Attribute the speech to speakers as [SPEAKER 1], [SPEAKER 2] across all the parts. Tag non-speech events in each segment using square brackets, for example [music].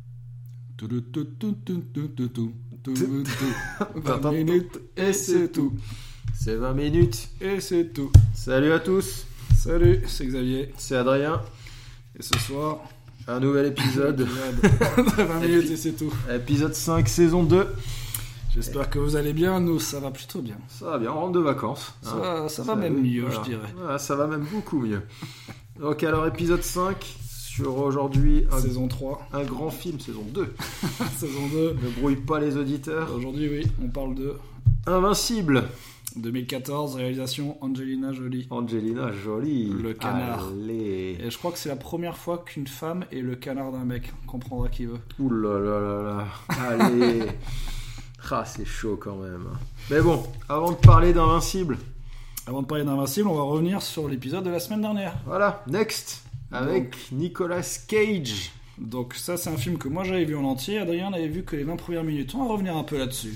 [SPEAKER 1] [laughs] 20 minutes et c'est tout.
[SPEAKER 2] C'est 20 minutes.
[SPEAKER 1] Et c'est tout.
[SPEAKER 2] Salut à tous,
[SPEAKER 1] Salut, c'est Xavier.
[SPEAKER 2] c'est Adrien.
[SPEAKER 1] Et ce soir, [laughs]
[SPEAKER 2] Un nouvel épisode,
[SPEAKER 1] épisode de 20 minutes et c'est tout.
[SPEAKER 2] épisode 5, saison 2.
[SPEAKER 1] J'espère que vous allez bien. Nous, ça va plutôt bien.
[SPEAKER 2] Ça va bien, on rentre de vacances.
[SPEAKER 1] Ça,
[SPEAKER 2] hein.
[SPEAKER 1] va- Ah, ça va même mieux,
[SPEAKER 2] voilà.
[SPEAKER 1] je dirais.
[SPEAKER 2] Voilà, ça va même beaucoup mieux. Donc, alors, épisode 5, sur aujourd'hui un,
[SPEAKER 1] Saison 3,
[SPEAKER 2] un grand film, saison 2.
[SPEAKER 1] [laughs] saison 2.
[SPEAKER 2] Ne brouille pas les auditeurs.
[SPEAKER 1] Aujourd'hui, oui, on parle de
[SPEAKER 2] Invincible,
[SPEAKER 1] 2014, réalisation Angelina Jolie.
[SPEAKER 2] Angelina Jolie.
[SPEAKER 1] Le canard.
[SPEAKER 2] Allez.
[SPEAKER 1] Et je crois que c'est la première fois qu'une femme est le canard d'un mec. Comprendra qui veut.
[SPEAKER 2] Ouh là là là là. Allez.
[SPEAKER 1] [laughs]
[SPEAKER 2] Ah, c'est chaud quand même. Mais bon, avant de parler d'Invincible,
[SPEAKER 1] Avant de parler d'Invincible, on va revenir sur l'épisode de la semaine dernière.
[SPEAKER 2] voilà, next avec Nicolas Cage.
[SPEAKER 1] Donc ça, c'est un film que moi j'avais vu en entier. Adrien n'avait vu que les 20 premières minutes. On va revenir un peu là-dessus.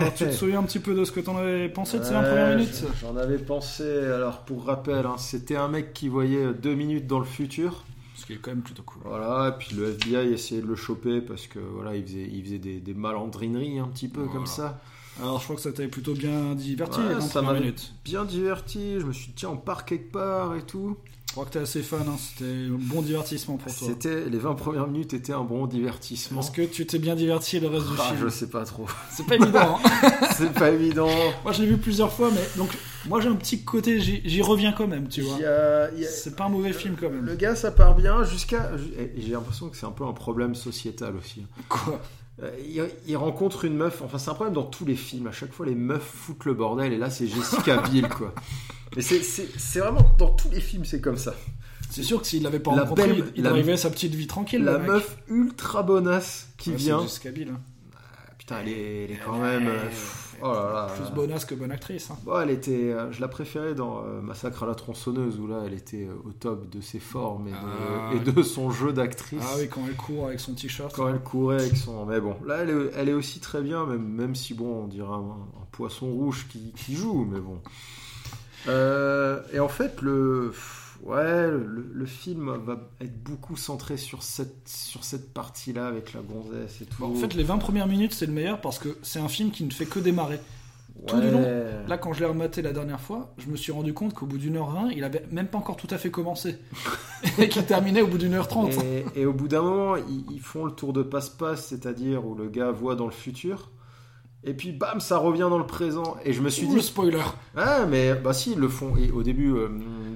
[SPEAKER 1] Alors tu te souviens un petit peu de ce que t'en avais pensé de ces 20
[SPEAKER 2] Ouais,
[SPEAKER 1] premières minutes
[SPEAKER 2] j'en- J'en avais pensé, alors pour rappel, hein, c'était un mec qui voyait deux minutes dans le futur.
[SPEAKER 1] Ce qui est quand même plutôt cool.
[SPEAKER 2] Voilà, et puis le FBI essayait de le choper parce que voilà, il faisait, il faisait des, des malandrineries un petit peu comme
[SPEAKER 1] Voilà.
[SPEAKER 2] ça.
[SPEAKER 1] Alors je crois que ça t'avait plutôt bien diverti
[SPEAKER 2] Ouais,
[SPEAKER 1] les 20
[SPEAKER 2] ça
[SPEAKER 1] premières
[SPEAKER 2] m'avait-
[SPEAKER 1] minutes.
[SPEAKER 2] Bien diverti, je me suis dit tiens, on part quelque part et tout.
[SPEAKER 1] Je crois que t'es assez fan, hein. c'était un bon divertissement pour toi.
[SPEAKER 2] C'était les 20 premières minutes étaient un bon divertissement.
[SPEAKER 1] Est-ce que tu t'es bien diverti le reste du
[SPEAKER 2] Ah, je
[SPEAKER 1] film
[SPEAKER 2] sais pas trop. [laughs]
[SPEAKER 1] C'est pas évident. hein.
[SPEAKER 2] C'est pas évident.
[SPEAKER 1] moi je l'ai vu plusieurs fois, mais donc moi j'ai un petit côté, j'y j'y reviens quand même, tu vois.
[SPEAKER 2] Il y a- il y a-
[SPEAKER 1] C'est pas un mauvais film quand même.
[SPEAKER 2] Le gars, ça part bien jusqu'à. et J'ai l'impression que c'est un peu un problème sociétal aussi.
[SPEAKER 1] Quoi
[SPEAKER 2] Euh, Il, il rencontre une meuf. Enfin, c'est un problème dans tous les films. À chaque fois, les meufs foutent le bordel. Et là,
[SPEAKER 1] [laughs]
[SPEAKER 2] c'est Jessica Biel, quoi. Mais c'est- c'est c'est vraiment dans tous les films, c'est comme ça.
[SPEAKER 1] C'est sûr que s'il l'avait pas
[SPEAKER 2] La
[SPEAKER 1] rencontré,
[SPEAKER 2] belle-
[SPEAKER 1] il
[SPEAKER 2] la-
[SPEAKER 1] arrivait à sa petite vie tranquille.
[SPEAKER 2] La
[SPEAKER 1] le mec.
[SPEAKER 2] meuf ultra bonasse qui
[SPEAKER 1] Ouais, c'est
[SPEAKER 2] vient.
[SPEAKER 1] Jessica Biel, hein.
[SPEAKER 2] Ah, Putain, elle est, elle est quand même. euh, pff, oh là là.
[SPEAKER 1] Plus bonasse que bonne actrice. hein.
[SPEAKER 2] Bon, elle était, euh, je la préférais dans euh, Massacre à la tronçonneuse où là elle était euh, au top de ses formes et de,
[SPEAKER 1] Ah.
[SPEAKER 2] et de son jeu d'actrice.
[SPEAKER 1] Ah oui, quand elle court avec son t-shirt.
[SPEAKER 2] Quand elle courait avec son. Mais bon, là elle est, elle est aussi très bien, même, même si bon, on dirait un, un poisson rouge qui, qui joue, mais bon. Euh, et en fait, le. pff, Ouais, le, le film va être beaucoup centré sur cette, sur cette partie-là avec la gonzesse et tout.
[SPEAKER 1] Bon, en fait, les 20 premières minutes, c'est le meilleur parce que c'est un film qui ne fait que démarrer. tout du
[SPEAKER 2] Ouais.
[SPEAKER 1] Là, quand je l'ai rematé la dernière fois, je me suis rendu compte qu'au bout d'une heure 20, il avait même pas encore tout à fait
[SPEAKER 2] [laughs]
[SPEAKER 1] commencé. Et qu'il terminait au bout d'une heure 30.
[SPEAKER 2] Et, et au bout d'un moment, ils, ils font le tour de passe-passe, c'est-à-dire où le gars voit dans le futur. Et puis bam, ça revient dans le présent. Et je me suis
[SPEAKER 1] Ouh, le
[SPEAKER 2] dit,
[SPEAKER 1] spoiler.
[SPEAKER 2] ah mais bah si, ils le font. Et au début, euh,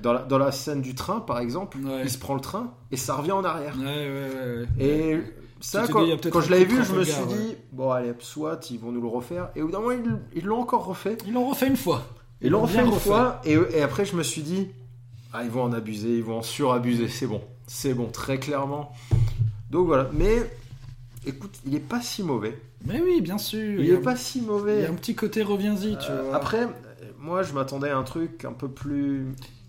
[SPEAKER 2] dans, la, dans la scène du train, par exemple,
[SPEAKER 1] Ouais.
[SPEAKER 2] il se prend le train et ça revient en arrière.
[SPEAKER 1] Ouais, ouais, ouais, ouais.
[SPEAKER 2] Et ça,
[SPEAKER 1] Tu te
[SPEAKER 2] quand,
[SPEAKER 1] dis, il y a peut-être
[SPEAKER 2] quand
[SPEAKER 1] un
[SPEAKER 2] je l'avais
[SPEAKER 1] coup de
[SPEAKER 2] vu, je me suis
[SPEAKER 1] Trafalgar,
[SPEAKER 2] dit, bon allez, soit ils vont nous le refaire. Et au bout d'un moment, ils- ils l'ont encore refait.
[SPEAKER 1] Ils l'ont refait une fois.
[SPEAKER 2] Et l'ont
[SPEAKER 1] Bien
[SPEAKER 2] fait une
[SPEAKER 1] refait.
[SPEAKER 2] fois, et, et après je me suis dit, ah, ils vont en abuser, ils vont en surabuser, c'est bon, c'est bon, très clairement. Donc voilà, mais écoute, il est pas si mauvais.
[SPEAKER 1] Mais oui, bien sûr.
[SPEAKER 2] Il
[SPEAKER 1] y a,
[SPEAKER 2] est pas si
[SPEAKER 1] il y
[SPEAKER 2] mauvais.
[SPEAKER 1] a un petit côté reviens-y, tu
[SPEAKER 2] Euh,
[SPEAKER 1] vois.
[SPEAKER 2] après, euh, moi je m'attendais à un truc un peu plus,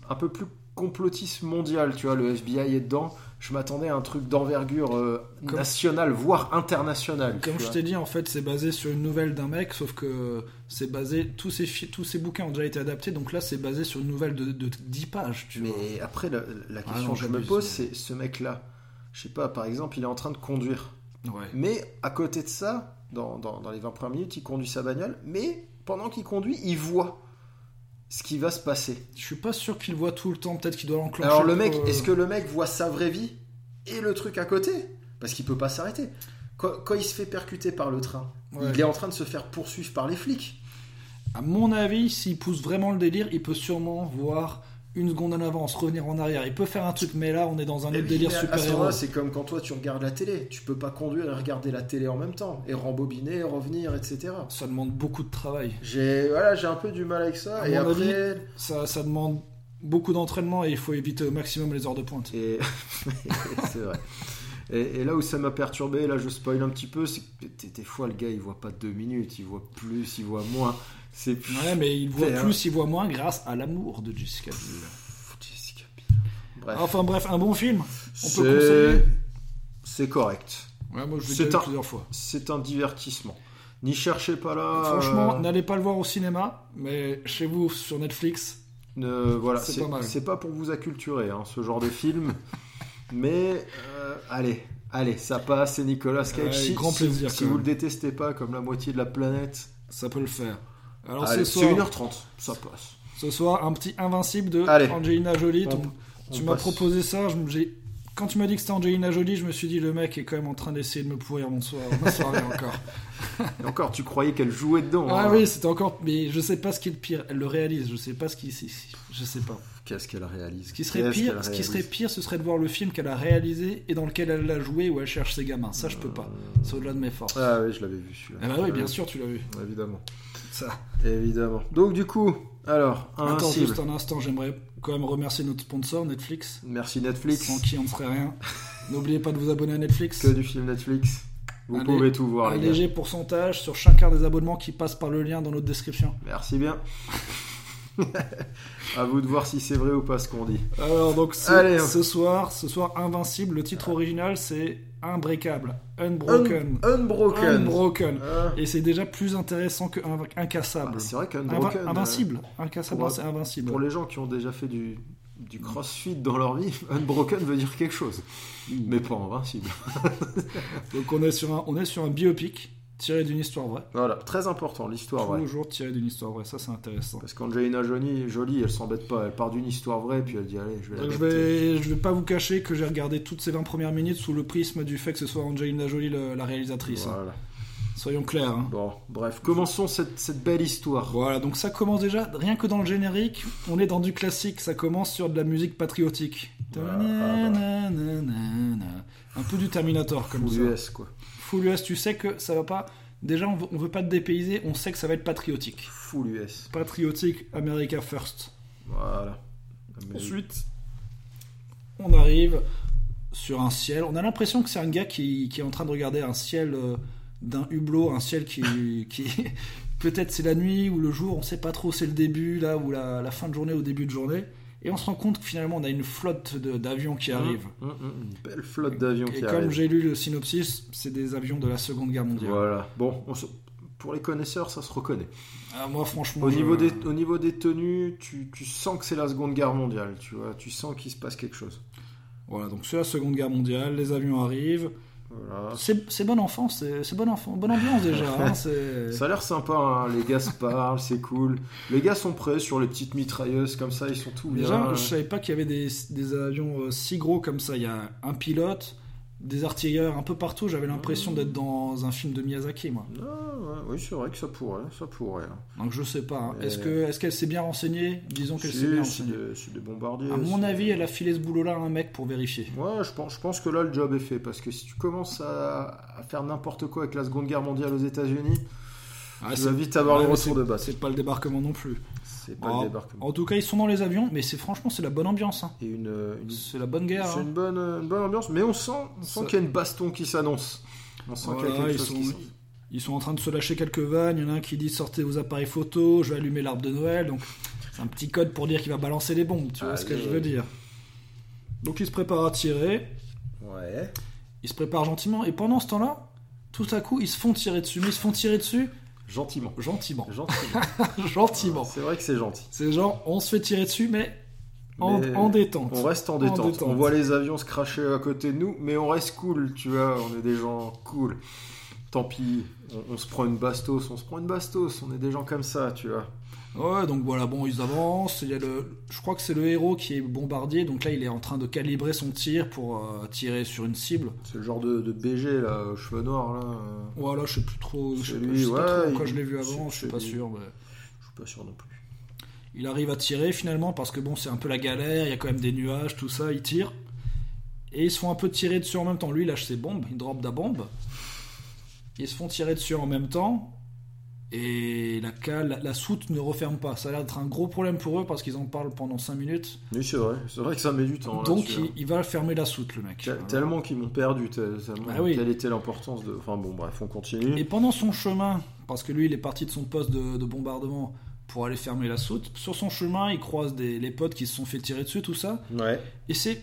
[SPEAKER 2] un peu plus complotiste mondial, tu vois, le FBI est dedans. Je m'attendais à un truc d'envergure euh,
[SPEAKER 1] Comme-
[SPEAKER 2] nationale, voire internationale. tu
[SPEAKER 1] Comme je
[SPEAKER 2] vois.
[SPEAKER 1] t'ai dit, en fait, c'est basé sur une nouvelle d'un mec, sauf que c'est basé. Tous ces, fi- tous ces bouquins ont déjà été adaptés, donc là, c'est basé sur une nouvelle de, de 10 pages, tu vois.
[SPEAKER 2] Mais après, la, la question
[SPEAKER 1] Ah non,
[SPEAKER 2] que je me
[SPEAKER 1] j'abuse,
[SPEAKER 2] pose,
[SPEAKER 1] mais-
[SPEAKER 2] c'est ce mec-là. Je sais pas, par exemple, il est en train de conduire.
[SPEAKER 1] Ouais.
[SPEAKER 2] Mais à côté de ça, dans, dans- dans les 20 premières minutes, il conduit sa bagnole, mais pendant qu'il conduit, il voit ce qui va se passer.
[SPEAKER 1] Je suis pas sûr qu'il voit tout le temps, peut-être qu'il doit l'enclencher.
[SPEAKER 2] Alors le
[SPEAKER 1] pour,
[SPEAKER 2] mec,
[SPEAKER 1] euh,
[SPEAKER 2] est-ce que le mec voit sa vraie vie et le truc à côté Parce qu'il peut pas s'arrêter. Quand, quand il se fait percuter par le train,
[SPEAKER 1] Ouais.
[SPEAKER 2] il est en train de se faire poursuivre par les flics.
[SPEAKER 1] À mon avis, s'il pousse vraiment le délire, il peut sûrement voir une seconde en avance, revenir en arrière. Il peut faire un truc, mais là, on est dans un
[SPEAKER 2] Et
[SPEAKER 1] autre
[SPEAKER 2] oui,
[SPEAKER 1] délire
[SPEAKER 2] mais à- à ce moment-là,
[SPEAKER 1] super-héros.
[SPEAKER 2] c'est comme quand toi tu regardes la télé. Tu peux pas conduire et regarder la télé en même temps, et rembobiner, et revenir, etc.
[SPEAKER 1] Ça demande beaucoup de travail.
[SPEAKER 2] J'ai voilà, j'ai un peu du mal avec ça.
[SPEAKER 1] À
[SPEAKER 2] et
[SPEAKER 1] mon
[SPEAKER 2] après,
[SPEAKER 1] Ça, ça demande beaucoup d'entraînement et il faut éviter au maximum les heures de pointe.
[SPEAKER 2] Et [laughs] c'est vrai. Et, et là où ça m'a perturbé, là je spoil un petit peu, c'est que des- des fois le gars il voit pas deux minutes, il voit plus, il voit moins. C'est plus.
[SPEAKER 1] Ouais, mais il voit
[SPEAKER 2] C'est, hein.
[SPEAKER 1] plus, il voit moins grâce à l'amour de Jessica Biel.
[SPEAKER 2] Jessica Biel. Bref,
[SPEAKER 1] Enfin bref, un bon film. on peut
[SPEAKER 2] c'est c'est correct.
[SPEAKER 1] Ouais, moi je l'ai
[SPEAKER 2] C'est
[SPEAKER 1] déjà
[SPEAKER 2] un-
[SPEAKER 1] vu plusieurs fois.
[SPEAKER 2] C'est un divertissement. N'y cherchez pas là.
[SPEAKER 1] Franchement,
[SPEAKER 2] euh,
[SPEAKER 1] n'allez pas le voir au cinéma, mais chez vous sur Netflix.
[SPEAKER 2] ne- voilà,
[SPEAKER 1] c'est
[SPEAKER 2] c'est
[SPEAKER 1] pas mal.
[SPEAKER 2] [laughs] c'est pas pour vous acculturer hein, ce genre de film, mais euh, allez, Allez, ça passe, c'est Nicolas Cage.
[SPEAKER 1] Ouais,
[SPEAKER 2] si
[SPEAKER 1] grand
[SPEAKER 2] si-
[SPEAKER 1] plaisir,
[SPEAKER 2] si
[SPEAKER 1] quand
[SPEAKER 2] vous
[SPEAKER 1] même.
[SPEAKER 2] le détestez pas comme la moitié de la planète,
[SPEAKER 1] Ça peut le faire. Alors
[SPEAKER 2] allez,
[SPEAKER 1] ce
[SPEAKER 2] c'est
[SPEAKER 1] soir,
[SPEAKER 2] 1h30, ça passe.
[SPEAKER 1] ce soir, un petit invincible de
[SPEAKER 2] Allez.
[SPEAKER 1] Angelina Jolie.
[SPEAKER 2] On-
[SPEAKER 1] Ton- tu
[SPEAKER 2] on
[SPEAKER 1] m'as
[SPEAKER 2] passe.
[SPEAKER 1] proposé ça. je me- j'ai- Quand tu m'as dit que c'était Angelina Jolie, je me suis dit le mec est quand même en train d'essayer de me pourrir mon soir, ma soirée [laughs] encore.
[SPEAKER 2] Et encore, tu croyais qu'elle jouait dedans.
[SPEAKER 1] Ah
[SPEAKER 2] hein.
[SPEAKER 1] oui, c'était encore. Mais je sais pas ce qui est le pire. Elle le réalise. Je sais pas ce qui. si- si, Je sais pas.
[SPEAKER 2] Qu'est-ce qu'elle réalise
[SPEAKER 1] Ce qui serait pire, ce qui serait pire, ce serait de voir le film qu'elle a réalisé et dans lequel elle l'a joué où elle cherche ses gamins. Ça, je peux pas. C'est au-delà de mes forces.
[SPEAKER 2] Ah oui, je l'avais vu celui-là.
[SPEAKER 1] Ah bah oui, bien
[SPEAKER 2] Euh,
[SPEAKER 1] sûr, tu l'as vu.
[SPEAKER 2] Évidemment.
[SPEAKER 1] Ça.
[SPEAKER 2] Évidemment. Donc du coup, alors,
[SPEAKER 1] Attends,
[SPEAKER 2] invincible.
[SPEAKER 1] juste un instant, j'aimerais quand même remercier notre sponsor, Netflix,
[SPEAKER 2] Merci Netflix.
[SPEAKER 1] sans qui on ne ferait rien. [laughs] N'oubliez pas de vous abonner à Netflix.
[SPEAKER 2] Que du film Netflix. Vous
[SPEAKER 1] Allez,
[SPEAKER 2] pouvez tout voir,
[SPEAKER 1] Un
[SPEAKER 2] les gars.
[SPEAKER 1] léger pourcentage sur chacun des abonnements qui passent par le lien dans notre description. [laughs]
[SPEAKER 2] Merci bien. à vous de voir si c'est vrai ou pas ce qu'on dit.
[SPEAKER 1] Alors donc ce,
[SPEAKER 2] Allez, on-
[SPEAKER 1] ce soir, ce soir Invincible, le titre original c'est Unbreakable, Unbroken,
[SPEAKER 2] Un- Unbroken.
[SPEAKER 1] Unbroken.
[SPEAKER 2] Ah.
[SPEAKER 1] Et c'est déjà plus intéressant que Inv- Incassable.
[SPEAKER 2] Ah, c'est vrai
[SPEAKER 1] Inva-
[SPEAKER 2] qu'Unbroken. euh,
[SPEAKER 1] invincible, incassable,
[SPEAKER 2] pour-
[SPEAKER 1] non, c'est invincible.
[SPEAKER 2] Pour les gens qui ont déjà fait du, du crossfit dans leur vie, [laughs] Unbroken veut dire quelque chose.
[SPEAKER 1] Mm.
[SPEAKER 2] Mais pas invincible.
[SPEAKER 1] Donc on est sur un, on est sur un biopic tiré d'une histoire vraie.
[SPEAKER 2] Voilà, très important l'histoire vraie.
[SPEAKER 1] Toujours tiré d'une histoire vraie, ça c'est intéressant.
[SPEAKER 2] Parce qu'Angelina Jolie, Jolie, elle s'embête pas. Elle part d'une histoire vraie, puis elle dit Allez, je vais
[SPEAKER 1] Donc, je
[SPEAKER 2] l'adapter.
[SPEAKER 1] vais, je vais pas vous cacher que j'ai regardé toutes ces 20 premières minutes sous le prisme du fait que ce soit Angelina Jolie le- la réalisatrice. hein.
[SPEAKER 2] Voilà.
[SPEAKER 1] Soyons clairs. hein.
[SPEAKER 2] Bon, bref, commençons cette, cette belle histoire.
[SPEAKER 1] Voilà, donc ça commence déjà, rien que dans le générique, on est dans du classique, ça commence sur de la musique patriotique.
[SPEAKER 2] Voilà, ah,
[SPEAKER 1] Ta-na-na-na-na. Un peu du Terminator comme
[SPEAKER 2] Aux
[SPEAKER 1] ça.
[SPEAKER 2] US, quoi.
[SPEAKER 1] Full US, tu sais que ça va pas... Déjà, on veut, on veut pas te dépayser, on sait que ça va être patriotique.
[SPEAKER 2] Full US.
[SPEAKER 1] Patriotique, America First.
[SPEAKER 2] Voilà. Mais-
[SPEAKER 1] Ensuite, on arrive sur un ciel. On a l'impression que c'est un gars qui, qui est en train de regarder un ciel euh, d'un hublot, un ciel qui. [laughs] qui Peut-être c'est la nuit ou le jour, on sait pas trop, c'est le début, là, ou la, la fin de journée au début de journée. Et on se rend compte que finalement, on a une flotte de- d'avions qui arrive.
[SPEAKER 2] Hum, hum, hum, Une belle flotte d'avions
[SPEAKER 1] Mm, Et
[SPEAKER 2] qui
[SPEAKER 1] comme
[SPEAKER 2] arrive.
[SPEAKER 1] j'ai lu le synopsis, c'est des avions de la Seconde Guerre mondiale.
[SPEAKER 2] Voilà. Bon, on se- pour les connaisseurs, ça se reconnaît.
[SPEAKER 1] Ah, moi, franchement.
[SPEAKER 2] Au
[SPEAKER 1] je-
[SPEAKER 2] niveau, des, au niveau des tenues, tu, tu sens que c'est la Seconde Guerre mondiale, tu vois. Tu sens qu'il se passe quelque chose.
[SPEAKER 1] Voilà, donc c'est la Seconde Guerre mondiale, les avions arrivent.
[SPEAKER 2] Voilà.
[SPEAKER 1] C'est c'est bon enfant, c'est c'est bon enfant, bonne ambiance déjà.
[SPEAKER 2] [laughs]
[SPEAKER 1] hein, c'est-
[SPEAKER 2] Ça a l'air sympa, hein, les gars se parlent, c'est cool. Les gars sont prêts sur les petites mitrailleuses comme ça, ils sont tout bien.
[SPEAKER 1] Déjà, je savais pas qu'il y avait des, des avions euh, si gros comme ça. Il y a un pilote, des artilleurs un peu partout. J'avais l'impression d'être dans un film de Miyazaki, moi.
[SPEAKER 2] Ah, ouais, oui, c'est vrai que ça pourrait, ça pourrait. hein.
[SPEAKER 1] Donc je sais pas. hein.
[SPEAKER 2] Mais-
[SPEAKER 1] Est-ce que est-ce qu'elle s'est bien renseignée Disons qu'elle s'est
[SPEAKER 2] C'est
[SPEAKER 1] bien
[SPEAKER 2] c'est
[SPEAKER 1] renseignée.
[SPEAKER 2] des, c'est des bombardiers.
[SPEAKER 1] À mon
[SPEAKER 2] c'est-
[SPEAKER 1] avis, elle a filé ce boulot-là à un mec pour vérifier.
[SPEAKER 2] Ouais, je pense, je pense que là, le job est fait. Parce que si tu commences à, à faire n'importe quoi avec la Seconde Guerre mondiale aux États-Unis,
[SPEAKER 1] Ah,
[SPEAKER 2] tu
[SPEAKER 1] c'est
[SPEAKER 2] vas vite avoir
[SPEAKER 1] ouais,
[SPEAKER 2] le
[SPEAKER 1] mais
[SPEAKER 2] retour de base.
[SPEAKER 1] c'est pas le débarquement non plus.
[SPEAKER 2] C'est pas
[SPEAKER 1] Oh.
[SPEAKER 2] le débarquement.
[SPEAKER 1] En tout cas, ils sont dans les avions, mais c'est franchement c'est la bonne ambiance. hein.
[SPEAKER 2] Et une, une-
[SPEAKER 1] C'est la bonne guerre.
[SPEAKER 2] Mm. c'est
[SPEAKER 1] hein.
[SPEAKER 2] une bonne, une bonne ambiance, mais on sent, on sent
[SPEAKER 1] Ça-
[SPEAKER 2] qu'il y a une baston qui s'annonce. On sent qu'il y a
[SPEAKER 1] Voilà,
[SPEAKER 2] quelque
[SPEAKER 1] ils
[SPEAKER 2] chose
[SPEAKER 1] sont-
[SPEAKER 2] qui s'annonce.
[SPEAKER 1] Ils sont en train de se lâcher quelques vannes. Il y en a un qui dit sortez vos appareils photo, je vais allumer l'arbre de Noël. Donc c'est un petit code pour dire qu'il va balancer les bombes. Tu vois
[SPEAKER 2] Ah,
[SPEAKER 1] ce que
[SPEAKER 2] oui,
[SPEAKER 1] je
[SPEAKER 2] oui.
[SPEAKER 1] veux dire Donc ils se préparent à tirer.
[SPEAKER 2] Ouais.
[SPEAKER 1] Ils se préparent gentiment. Et pendant ce temps-là, tout à coup, ils se font tirer dessus. Mais ils se font tirer dessus
[SPEAKER 2] Gentiment.
[SPEAKER 1] gentiment.
[SPEAKER 2] [laughs] Gentiment.
[SPEAKER 1] gentiment.
[SPEAKER 2] c'est vrai que c'est gentil.
[SPEAKER 1] C'est genre on se fait tirer dessus, mais en,
[SPEAKER 2] Mais
[SPEAKER 1] en détente.
[SPEAKER 2] On reste en détente.
[SPEAKER 1] détente.
[SPEAKER 2] On voit les avions se cracher à côté de nous, mais on reste cool, tu vois. On est des gens cool. Tant pis, on, on se prend une bastos, on se prend une bastos. On est des gens comme ça, tu vois.
[SPEAKER 1] Ouais, donc voilà, bon, ils avancent. Il y a le, je crois que c'est le héros qui est bombardier. Donc là, il est en train de calibrer son tir pour euh, tirer sur une cible.
[SPEAKER 2] C'est le genre de, de BG là, aux cheveux noirs là. euh,
[SPEAKER 1] Ouais, là, je sais plus trop. Je sais,
[SPEAKER 2] Celui,
[SPEAKER 1] pas- je sais pas
[SPEAKER 2] ouais,
[SPEAKER 1] trop pourquoi
[SPEAKER 2] il-
[SPEAKER 1] je l'ai vu
[SPEAKER 2] c'est-
[SPEAKER 1] avant, je suis
[SPEAKER 2] c'est
[SPEAKER 1] pas
[SPEAKER 2] lui.
[SPEAKER 1] sûr. mais-
[SPEAKER 2] Je suis pas sûr non plus.
[SPEAKER 1] Il arrive à tirer finalement parce que bon, c'est un peu la galère, il y a quand même des nuages, tout ça, il tire. Et ils se font un peu tirer dessus en même temps. Lui, il lâche ses bombes, il drop de la bombe. Ils se font tirer dessus en même temps. Et la cale, la soute ne referme pas. Ça a l'air d'être un gros problème pour eux parce qu'ils en parlent pendant 5 minutes.
[SPEAKER 2] Oui, c'est vrai. C'est vrai que ça met du temps.
[SPEAKER 1] Donc
[SPEAKER 2] là-dessus,
[SPEAKER 1] il,
[SPEAKER 2] hein.
[SPEAKER 1] il va fermer la soute, le mec.
[SPEAKER 2] Tel- Tellement qu'ils m'ont perdu, tel- tellement
[SPEAKER 1] Bah oui.
[SPEAKER 2] quelle était l'importance de. Enfin bon, bref, on continue.
[SPEAKER 1] Et pendant son chemin, parce que lui, il est parti de son poste de, de bombardement pour aller fermer la soute, sur son chemin, il croise des, les potes qui se sont fait tirer dessus, tout ça.
[SPEAKER 2] Ouais.
[SPEAKER 1] Et c'est.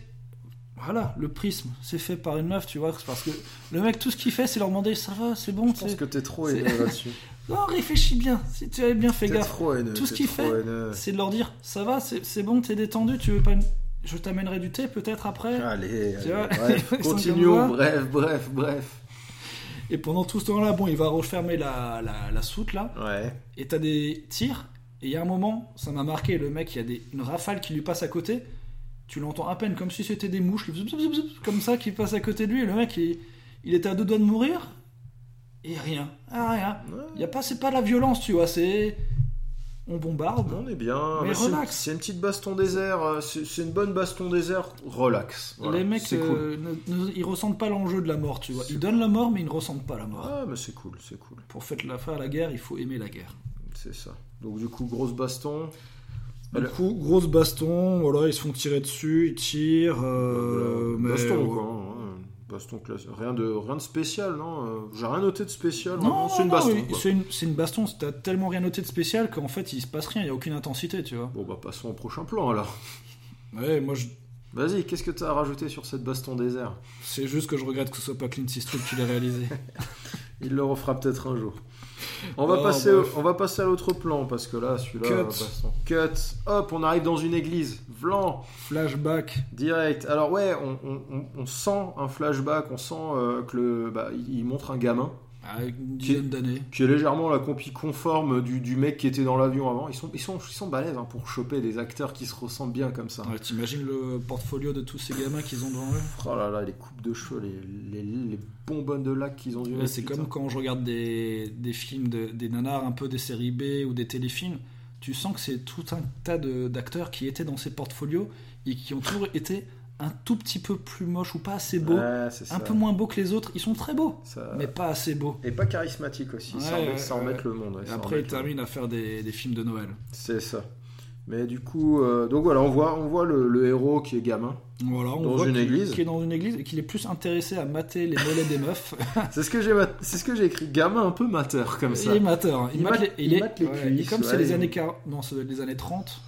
[SPEAKER 1] Voilà, le prisme, c'est fait par une meuf, tu vois, c'est parce que le mec, tout ce qu'il fait, c'est leur demander ça va, c'est bon,
[SPEAKER 2] Je pense
[SPEAKER 1] c'est-
[SPEAKER 2] que t'es trop
[SPEAKER 1] c'est-
[SPEAKER 2] haineux
[SPEAKER 1] [laughs]
[SPEAKER 2] là-dessus.
[SPEAKER 1] Non, réfléchis bien, si tu avais bien fait
[SPEAKER 2] T'es
[SPEAKER 1] gaffe.
[SPEAKER 2] trop haineux.
[SPEAKER 1] Tout ce
[SPEAKER 2] t'es
[SPEAKER 1] qu'il
[SPEAKER 2] trop
[SPEAKER 1] fait,
[SPEAKER 2] haineux.
[SPEAKER 1] C'est de leur dire ça va, c'est c'est bon, t'es détendu, tu veux pas une. Je t'amènerai du thé peut-être après.
[SPEAKER 2] [laughs] Allez,
[SPEAKER 1] Tu
[SPEAKER 2] allez,
[SPEAKER 1] vois,
[SPEAKER 2] bref,
[SPEAKER 1] [laughs] ils sont
[SPEAKER 2] continuons,
[SPEAKER 1] comme moi.
[SPEAKER 2] bref, bref, bref.
[SPEAKER 1] Et pendant tout ce temps-là, bon, il va refermer la, la, la soute là.
[SPEAKER 2] Ouais.
[SPEAKER 1] Et t'as des tirs. Et il y a un moment, ça m'a marqué. Le mec, il y a des, une rafale qui lui passe à côté. Tu l'entends à peine comme si c'était des mouches, le zoup, zoup, zoup, zoup, comme ça, qui passent à côté de lui. Et le mec, il, il était à deux doigts de mourir. Et rien. Ah, rien. Il y a pas, c'est pas la violence, tu vois. C'est. On bombarde.
[SPEAKER 2] On est bien.
[SPEAKER 1] Mais
[SPEAKER 2] c'est-
[SPEAKER 1] relax.
[SPEAKER 2] C'est une petite baston désert. euh, C'est c'est une bonne baston désert. Relax. Voilà,
[SPEAKER 1] les mecs,
[SPEAKER 2] c'est cool.
[SPEAKER 1] euh, ne- ne- ils ressentent pas l'enjeu de la mort, tu vois.
[SPEAKER 2] C'est
[SPEAKER 1] Ils donnent la mort, mais ils ne ressentent pas la mort.
[SPEAKER 2] Ah, mais c'est cool, c'est cool.
[SPEAKER 1] Pour faire la, faire la guerre, il faut aimer la guerre.
[SPEAKER 2] C'est ça. Donc, du coup, grosse baston.
[SPEAKER 1] Du
[SPEAKER 2] Alors-
[SPEAKER 1] coup, grosse baston, voilà, ils se font tirer dessus, ils tirent. euh, mais-
[SPEAKER 2] Bah, baston, quoi. hein, ouais. Baston classe. Rien de, rien de spécial, non euh, J'ai rien noté de spécial.
[SPEAKER 1] Non,
[SPEAKER 2] vraiment, c'est une
[SPEAKER 1] non,
[SPEAKER 2] baston.
[SPEAKER 1] oui,
[SPEAKER 2] quoi.
[SPEAKER 1] c'est une, c'est une baston, t'as tellement rien noté de spécial qu'en fait il se passe rien, il n'y a aucune intensité, tu vois.
[SPEAKER 2] Bon, bah, passons au prochain plan alors.
[SPEAKER 1] Ouais, moi je-
[SPEAKER 2] Vas-y, qu'est-ce que t'as à rajouter sur cette baston désert
[SPEAKER 1] c'est juste que je regrette que ce soit pas Clint Eastwood qui l'ait [laughs] réalisé.
[SPEAKER 2] Il le refera peut-être un jour. On va,
[SPEAKER 1] Oh,
[SPEAKER 2] passer au-
[SPEAKER 1] bref.
[SPEAKER 2] on va passer à l'autre plan parce que là, celui-là.
[SPEAKER 1] Cut.
[SPEAKER 2] euh, passons. Cut. Hop, on arrive dans une église. Vlan,
[SPEAKER 1] Flashback.
[SPEAKER 2] direct. Alors, ouais, on, on- on- on sent un flashback, on sent euh, que le. Bah, il il montre un gamin
[SPEAKER 1] Avec une dizaine d'années.
[SPEAKER 2] qui est légèrement la compie conforme du, du mec qui était dans l'avion avant. Ils sont, ils sont, ils sont balèzes hein, pour choper des acteurs qui se ressemblent bien comme ça.
[SPEAKER 1] Ouais, T'imagines le portfolio de tous ces gamins qu'ils ont devant eux
[SPEAKER 2] Oh là là, les coupes de cheveux, les, les, les bonbonnes de lac qu'ils ont dû
[SPEAKER 1] Ouais,
[SPEAKER 2] mettre,
[SPEAKER 1] c'est
[SPEAKER 2] putain.
[SPEAKER 1] comme quand je regarde des, des films, de- des nanars, un peu des séries B ou des téléfilms. Tu sens que c'est tout un tas de- d'acteurs qui étaient dans ces portfolios et qui ont toujours été un tout petit peu plus moches ou pas assez beaux.
[SPEAKER 2] Ouais, c'est ça.
[SPEAKER 1] un peu moins beaux que les autres. Ils sont très beaux,
[SPEAKER 2] Ça-
[SPEAKER 1] mais pas assez beaux.
[SPEAKER 2] Et pas charismatique aussi, ça
[SPEAKER 1] Ouais,
[SPEAKER 2] en,
[SPEAKER 1] ouais,
[SPEAKER 2] ça en
[SPEAKER 1] ouais.
[SPEAKER 2] met le monde. ouais,
[SPEAKER 1] Et
[SPEAKER 2] ça en
[SPEAKER 1] après,
[SPEAKER 2] met
[SPEAKER 1] ils
[SPEAKER 2] le monde.
[SPEAKER 1] terminent à faire des, des films de Noël.
[SPEAKER 2] C'est ça. Mais du coup, euh, donc voilà, on voit, on voit le, le héros qui
[SPEAKER 1] [laughs]
[SPEAKER 2] est gamin.
[SPEAKER 1] Voilà, on
[SPEAKER 2] Dans
[SPEAKER 1] voit
[SPEAKER 2] une
[SPEAKER 1] qu'il-
[SPEAKER 2] église.
[SPEAKER 1] qu'il est dans une église et qu'il est plus intéressé à mater les mollets des
[SPEAKER 2] [laughs]
[SPEAKER 1] meufs.
[SPEAKER 2] C'est ce que j'ai, mat- c'est ce que j'ai écrit, gamin un peu mateur comme ça.
[SPEAKER 1] il est mateur. hein. Il,
[SPEAKER 2] Il
[SPEAKER 1] mate
[SPEAKER 2] mate-
[SPEAKER 1] les,
[SPEAKER 2] il
[SPEAKER 1] il est-
[SPEAKER 2] mate les
[SPEAKER 1] ouais,
[SPEAKER 2] cuisses,
[SPEAKER 1] et comme c'est
[SPEAKER 2] ouais,
[SPEAKER 1] les
[SPEAKER 2] il-
[SPEAKER 1] années 40, non, ça doit être les années 30.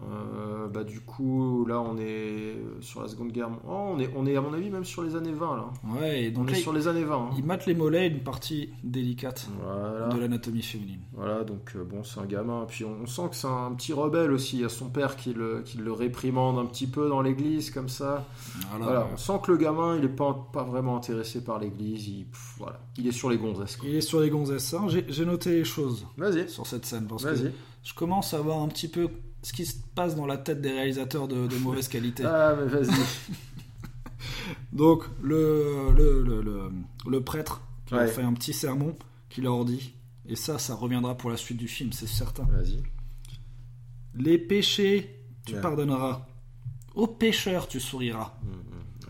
[SPEAKER 2] Euh, bah du coup, là, on est sur la Seconde Guerre. Oh, on est, on est à mon avis même sur les années 20 là.
[SPEAKER 1] Ouais, et
[SPEAKER 2] On
[SPEAKER 1] donc
[SPEAKER 2] est
[SPEAKER 1] là,
[SPEAKER 2] sur les années 20. hein.
[SPEAKER 1] Il mate les mollets, une partie délicate
[SPEAKER 2] Voilà.
[SPEAKER 1] de l'anatomie féminine.
[SPEAKER 2] Voilà, donc euh, bon, c'est un gamin. Puis on, on sent que c'est un petit rebelle aussi. Il y a son père qui le, qui le réprimande un petit peu dans l'église comme ça.
[SPEAKER 1] Voilà.
[SPEAKER 2] Voilà, on sent que le gamin, il est pas, pas vraiment intéressé par l'église. Il, pff, voilà. il est sur les gonzesses. quoi.
[SPEAKER 1] Il est sur les gonzesses. hein. J'ai j'ai noté les choses
[SPEAKER 2] Vas-y,
[SPEAKER 1] sur cette scène parce que
[SPEAKER 2] vas-y.
[SPEAKER 1] je commence à voir un petit peu ce qui se passe dans la tête des réalisateurs de, de mauvaise qualité.
[SPEAKER 2] Ah, mais vas-y.
[SPEAKER 1] Donc le le, le, le- le prêtre qui
[SPEAKER 2] Ouais.
[SPEAKER 1] leur fait un petit sermon qui leur dit et ça ça reviendra pour la suite du film c'est certain.
[SPEAKER 2] [laughs] Vas-y.
[SPEAKER 1] Les péchés tu
[SPEAKER 2] Ouais.
[SPEAKER 1] pardonneras. Aux pécheurs tu souriras.
[SPEAKER 2] Mm,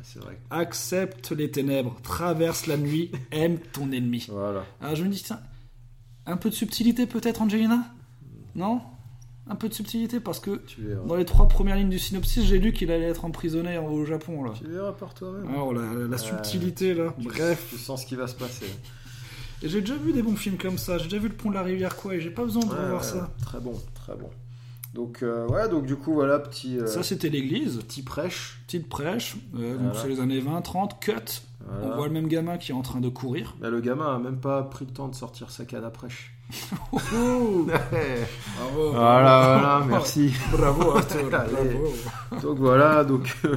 [SPEAKER 2] C'est vrai.
[SPEAKER 1] Accepte les ténèbres, traverse la nuit, aime ton ennemi.
[SPEAKER 2] Voilà.
[SPEAKER 1] Alors je me dis, tiens, un peu de subtilité peut-être, Angelina Non Un peu de subtilité parce que
[SPEAKER 2] Tu verras.
[SPEAKER 1] dans les trois premières lignes du synopsis, j'ai lu qu'il allait être emprisonné en- au Japon là.
[SPEAKER 2] Tu verras par toi-même.
[SPEAKER 1] Alors la, la subtilité là,
[SPEAKER 2] Euh, Tu-
[SPEAKER 1] bref.
[SPEAKER 2] Tu sens ce qui va se passer.
[SPEAKER 1] Et j'ai déjà vu des bons films comme ça, j'ai déjà vu le pont de la rivière quoi, et j'ai pas besoin de
[SPEAKER 2] Ouais,
[SPEAKER 1] revoir
[SPEAKER 2] ouais,
[SPEAKER 1] ça.
[SPEAKER 2] Très bon, très bon. Donc, euh, ouais, donc du coup, voilà, petit, euh,
[SPEAKER 1] Ça c'était l'église,
[SPEAKER 2] petit prêche.
[SPEAKER 1] petite prêche, euh, donc
[SPEAKER 2] Voilà.
[SPEAKER 1] c'est les années 20, 30, cut,
[SPEAKER 2] Voilà.
[SPEAKER 1] on voit le même gamin qui est en train de [laughs] courir.
[SPEAKER 2] Là, le gamin a même pas pris le temps de sortir sa canne à prêche.
[SPEAKER 1] Eh, Bravo,
[SPEAKER 2] voilà, merci.
[SPEAKER 1] bravo hein,
[SPEAKER 2] [laughs]
[SPEAKER 1] Arthur,
[SPEAKER 2] Allez.
[SPEAKER 1] bravo.
[SPEAKER 2] donc voilà, donc euh,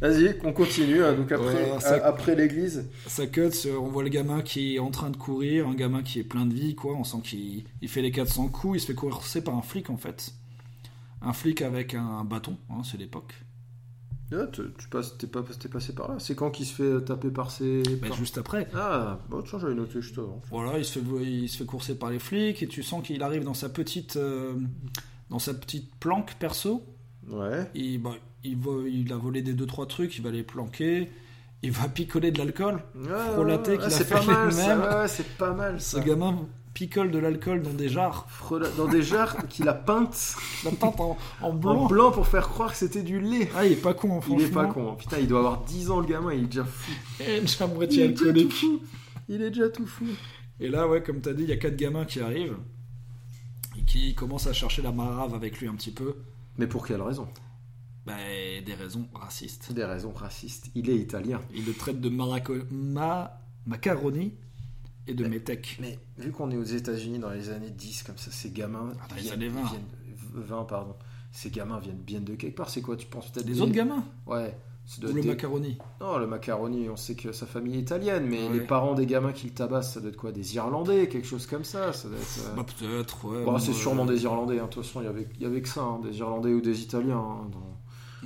[SPEAKER 2] vas-y, on continue. hein. Donc après,
[SPEAKER 1] Voilà, ça-
[SPEAKER 2] a- après l'église.
[SPEAKER 1] Ça cut, euh, on voit le gamin qui est en train de courir, un gamin qui est plein de vie, quoi. On sent qu'il il fait les 400 coups, il se fait courser par un flic en fait. Un flic avec un, bâton, hein, c'est l'époque.
[SPEAKER 2] Ah, tu, tu passes, t'es pas, t'es passé par là. C'est quand qu'il se fait euh, taper par ses.
[SPEAKER 1] Bah,
[SPEAKER 2] par-
[SPEAKER 1] juste après,
[SPEAKER 2] Ah, bah, tiens, j'avais noté juste avant.
[SPEAKER 1] voilà, il se, fait, il se fait courser par les flics et tu sens qu'il arrive dans sa petite, euh, dans sa petite planque perso.
[SPEAKER 2] Ouais.
[SPEAKER 1] Et, bah, il, va- il a volé des 2-3 trucs, il va les planquer, il va [laughs] picoler de l'alcool. Frelaté qu'il
[SPEAKER 2] ouais, ouais,
[SPEAKER 1] a
[SPEAKER 2] Ah, c'est
[SPEAKER 1] fait
[SPEAKER 2] pas mal,
[SPEAKER 1] lui-même.
[SPEAKER 2] ça, ouais, ouais, c'est pas mal
[SPEAKER 1] Ce
[SPEAKER 2] ça.
[SPEAKER 1] gamin picole de l'alcool dans des jarres,
[SPEAKER 2] Frela- Dans des jarres qu'il a peintes
[SPEAKER 1] la teinte en, en
[SPEAKER 2] en
[SPEAKER 1] blanc.
[SPEAKER 2] blanc pour faire croire que c'était du lait.
[SPEAKER 1] Ah, il est pas con, hein,
[SPEAKER 2] Il est pas
[SPEAKER 1] franchement.
[SPEAKER 2] con, hein. putain, il doit avoir 10 ans le gamin, il est déjà fou.
[SPEAKER 1] Et déjà
[SPEAKER 2] Il
[SPEAKER 1] moitié
[SPEAKER 2] est déjà tout
[SPEAKER 1] alcoolique.
[SPEAKER 2] fou. Il est déjà tout fou.
[SPEAKER 1] Et là, ouais, comme t'as dit, il y a quatre gamins qui arrivent et qui commencent à chercher la marave avec lui un petit peu.
[SPEAKER 2] Mais pour quelle raison
[SPEAKER 1] Ben, des raisons racistes.
[SPEAKER 2] Des raisons racistes. Il est italien.
[SPEAKER 1] Il le traite de maraco- ma macaroni et de
[SPEAKER 2] Mais-
[SPEAKER 1] métèque.
[SPEAKER 2] Mais vu qu'on est aux États-Unis dans les années 10, comme ça, ces gamins.
[SPEAKER 1] Ah, dans les
[SPEAKER 2] viennent-
[SPEAKER 1] années 20.
[SPEAKER 2] viennent- 20, pardon. Ces gamins viennent bien de quelque part. C'est quoi Tu penses peut-être
[SPEAKER 1] Les autres gamins
[SPEAKER 2] Ouais. ça
[SPEAKER 1] Ou
[SPEAKER 2] doit
[SPEAKER 1] le
[SPEAKER 2] être des-
[SPEAKER 1] macaroni
[SPEAKER 2] Non, le macaroni, on sait que sa famille est italienne, mais
[SPEAKER 1] Ouais.
[SPEAKER 2] les parents des gamins qui le tabassent, ça doit être quoi Des Irlandais, quelque chose comme ça. ça doit être, euh,
[SPEAKER 1] Bah peut-être, ouais.
[SPEAKER 2] Bon,
[SPEAKER 1] bon,
[SPEAKER 2] c'est
[SPEAKER 1] euh,
[SPEAKER 2] sûrement des Irlandais, hein. de toute façon, il y avait, il y avait que ça, hein, des Irlandais ou des Italiens. hein, dans-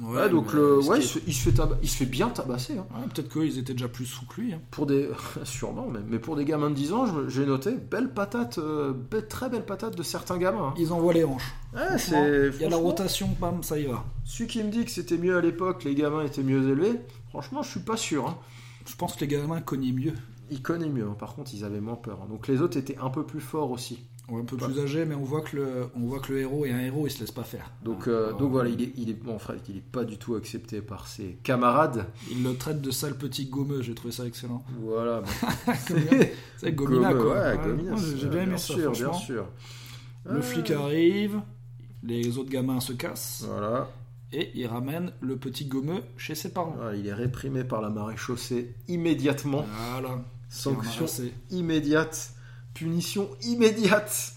[SPEAKER 1] Ouais,
[SPEAKER 2] Ouais, donc,
[SPEAKER 1] mais
[SPEAKER 2] le,
[SPEAKER 1] ce
[SPEAKER 2] ouais,
[SPEAKER 1] qui
[SPEAKER 2] il, se, il se fait taba- il se fait bien tabasser. hein.
[SPEAKER 1] est- ouais, peut-être qu'ils étaient déjà plus sous que lui. hein.
[SPEAKER 2] Pour des, [laughs] sûrement même, mais pour des gamins de 10 ans, je- j'ai noté, belle patate, euh, be- très belle patate de certains gamins. hein.
[SPEAKER 1] Ils envoient les hanches.
[SPEAKER 2] Ouais,
[SPEAKER 1] Franchement, Il
[SPEAKER 2] c'est.
[SPEAKER 1] y a la
[SPEAKER 2] franchement,
[SPEAKER 1] rotation, bam, ça y va.
[SPEAKER 2] Celui qui me dit que c'était mieux à l'époque, les gamins étaient mieux élevés, franchement, je suis pas sûr. hein.
[SPEAKER 1] Je pense que les gamins cognaient mieux.
[SPEAKER 2] Ils connaissent mieux, hein. par contre, ils avaient moins peur. hein. Donc les autres étaient un peu plus forts aussi.
[SPEAKER 1] Ouais, un peu
[SPEAKER 2] Ouais.
[SPEAKER 1] plus âgé, mais on voit que le, on voit que le héros est un héros, il se laisse pas faire.
[SPEAKER 2] Donc, euh,
[SPEAKER 1] Ah.
[SPEAKER 2] donc voilà, il est, il est, bon, Fred, il est pas du tout accepté par ses camarades.
[SPEAKER 1] Il le traite de sale petit gommeux, j'ai trouvé ça
[SPEAKER 2] [laughs]
[SPEAKER 1] excellent.
[SPEAKER 2] Voilà,
[SPEAKER 1] bah,
[SPEAKER 2] bon, [laughs]
[SPEAKER 1] C'est Gomina,
[SPEAKER 2] Gomme,
[SPEAKER 1] quoi.
[SPEAKER 2] ouais,
[SPEAKER 1] Ouais,
[SPEAKER 2] Gomina,
[SPEAKER 1] moi, j'ai- J'ai bien aimé ça,
[SPEAKER 2] sûr,
[SPEAKER 1] franchement.
[SPEAKER 2] bien sûr.
[SPEAKER 1] Le
[SPEAKER 2] Ah,
[SPEAKER 1] flic arrive, les autres gamins se cassent,
[SPEAKER 2] Voilà,
[SPEAKER 1] et il ramène le petit gommeux chez ses parents.
[SPEAKER 2] Voilà, il est réprimé par la marée chaussée immédiatement.
[SPEAKER 1] Voilà.
[SPEAKER 2] Sanction
[SPEAKER 1] c'est
[SPEAKER 2] immédiate, punition immédiate.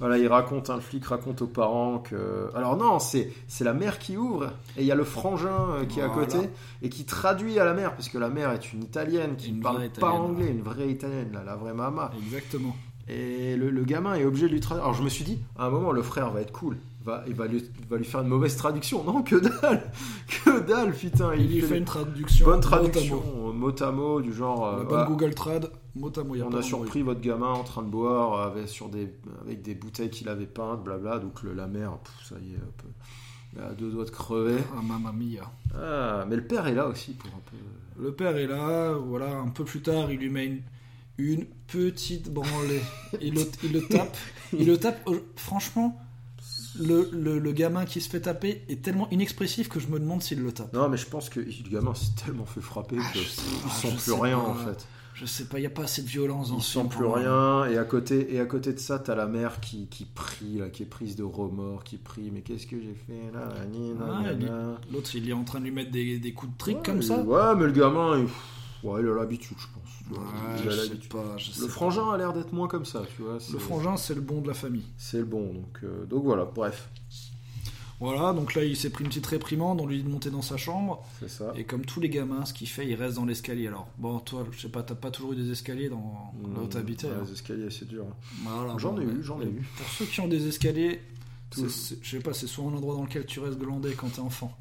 [SPEAKER 2] Voilà, il raconte, hein, le flic raconte aux parents que. Alors non, c'est c'est la mère qui ouvre et il y a le frangin euh, qui est à
[SPEAKER 1] Voilà.
[SPEAKER 2] côté et qui traduit à la mère parce que la mère est une italienne qui
[SPEAKER 1] Une
[SPEAKER 2] ne parle
[SPEAKER 1] vraie
[SPEAKER 2] pas
[SPEAKER 1] Italienne,
[SPEAKER 2] anglais, une vraie italienne, là, la vraie mama.
[SPEAKER 1] Exactement.
[SPEAKER 2] Et le, le gamin est obligé de lui traduire. Alors je me suis dit, à un moment, le frère va être cool. Va, il va lui, va lui faire une mauvaise traduction. Non, que dalle [laughs] Que dalle, putain
[SPEAKER 1] Il, lui
[SPEAKER 2] Ah, fait
[SPEAKER 1] fait une
[SPEAKER 2] une
[SPEAKER 1] traduction. mot
[SPEAKER 2] bonne
[SPEAKER 1] à mot.
[SPEAKER 2] traduction, euh, mot à mot, du genre. euh,
[SPEAKER 1] La bonne
[SPEAKER 2] voilà,
[SPEAKER 1] Google Trad, mot à mot. y a
[SPEAKER 2] on
[SPEAKER 1] pas
[SPEAKER 2] a
[SPEAKER 1] de bruit.
[SPEAKER 2] surpris votre gamin en train de boire euh, avec, sur des, avec des bouteilles qu'il avait peintes, blabla. Donc le- la mère, pff, ça y est, hop, euh, à deux doigts de crever.
[SPEAKER 1] Ah, mamma mia.
[SPEAKER 2] Ah, mais le père est là aussi pour un peu.
[SPEAKER 1] Le père est là, voilà, un peu plus tard, il lui met une, une petite branlée.
[SPEAKER 2] [laughs]
[SPEAKER 1] il, le, il le tape, il le tape. euh, Franchement, le, le- le gamin qui se fait taper est tellement inexpressif que je me demande s'il le tape.
[SPEAKER 2] Non, mais je pense que le gamin s'est tellement fait frapper
[SPEAKER 1] Ah,
[SPEAKER 2] qu'il
[SPEAKER 1] je sais pas,
[SPEAKER 2] sent
[SPEAKER 1] je
[SPEAKER 2] plus
[SPEAKER 1] sais
[SPEAKER 2] rien
[SPEAKER 1] pas.
[SPEAKER 2] en fait.
[SPEAKER 1] Je sais pas, il n'y a pas assez de violence dans
[SPEAKER 2] Il
[SPEAKER 1] ce
[SPEAKER 2] sent
[SPEAKER 1] film hein.
[SPEAKER 2] plus
[SPEAKER 1] pour moi.
[SPEAKER 2] rien et à côté et à côté de ça t'as la mère qui, qui prie là, qui est prise de remords qui prie mais qu'est-ce que j'ai fait là là, ni, na,
[SPEAKER 1] Ah,
[SPEAKER 2] na,
[SPEAKER 1] elle dit-
[SPEAKER 2] na.
[SPEAKER 1] L'autre, il est en train de lui mettre des, des coups de trick
[SPEAKER 2] Ouais,
[SPEAKER 1] comme
[SPEAKER 2] il-
[SPEAKER 1] ça.
[SPEAKER 2] ouais mais le gamin il, ouais, il a l'habitude je pense
[SPEAKER 1] Ouais,
[SPEAKER 2] il
[SPEAKER 1] je
[SPEAKER 2] a
[SPEAKER 1] sais
[SPEAKER 2] l'habitude.
[SPEAKER 1] pas, je sais
[SPEAKER 2] le
[SPEAKER 1] pas.
[SPEAKER 2] frangin a l'air d'être moins comme ça tu vois
[SPEAKER 1] Le
[SPEAKER 2] c'est-
[SPEAKER 1] frangin, c'est le bon de la famille.
[SPEAKER 2] c'est le bon donc euh, donc voilà bref
[SPEAKER 1] Voilà, donc là, il s'est pris une petite réprimande, on lui dit de monter dans sa chambre.
[SPEAKER 2] c'est ça
[SPEAKER 1] Et comme tous les gamins, ce qu'il fait, il reste dans l'escalier. Alors, bon, toi, je sais pas, t'as pas toujours eu des escaliers dans là où
[SPEAKER 2] Mmh,
[SPEAKER 1] t'habitais.
[SPEAKER 2] ouais,
[SPEAKER 1] hein.
[SPEAKER 2] les escaliers c'est dur hein.
[SPEAKER 1] Voilà,
[SPEAKER 2] j'en
[SPEAKER 1] Ah bon,
[SPEAKER 2] ai
[SPEAKER 1] mais-
[SPEAKER 2] eu j'en ai eu
[SPEAKER 1] Pour ceux qui ont des escaliers,
[SPEAKER 2] Tout-
[SPEAKER 1] c'est- c'est- je sais pas, c'est souvent un endroit dans lequel tu restes glandé quand t'es
[SPEAKER 2] [laughs]
[SPEAKER 1] enfant.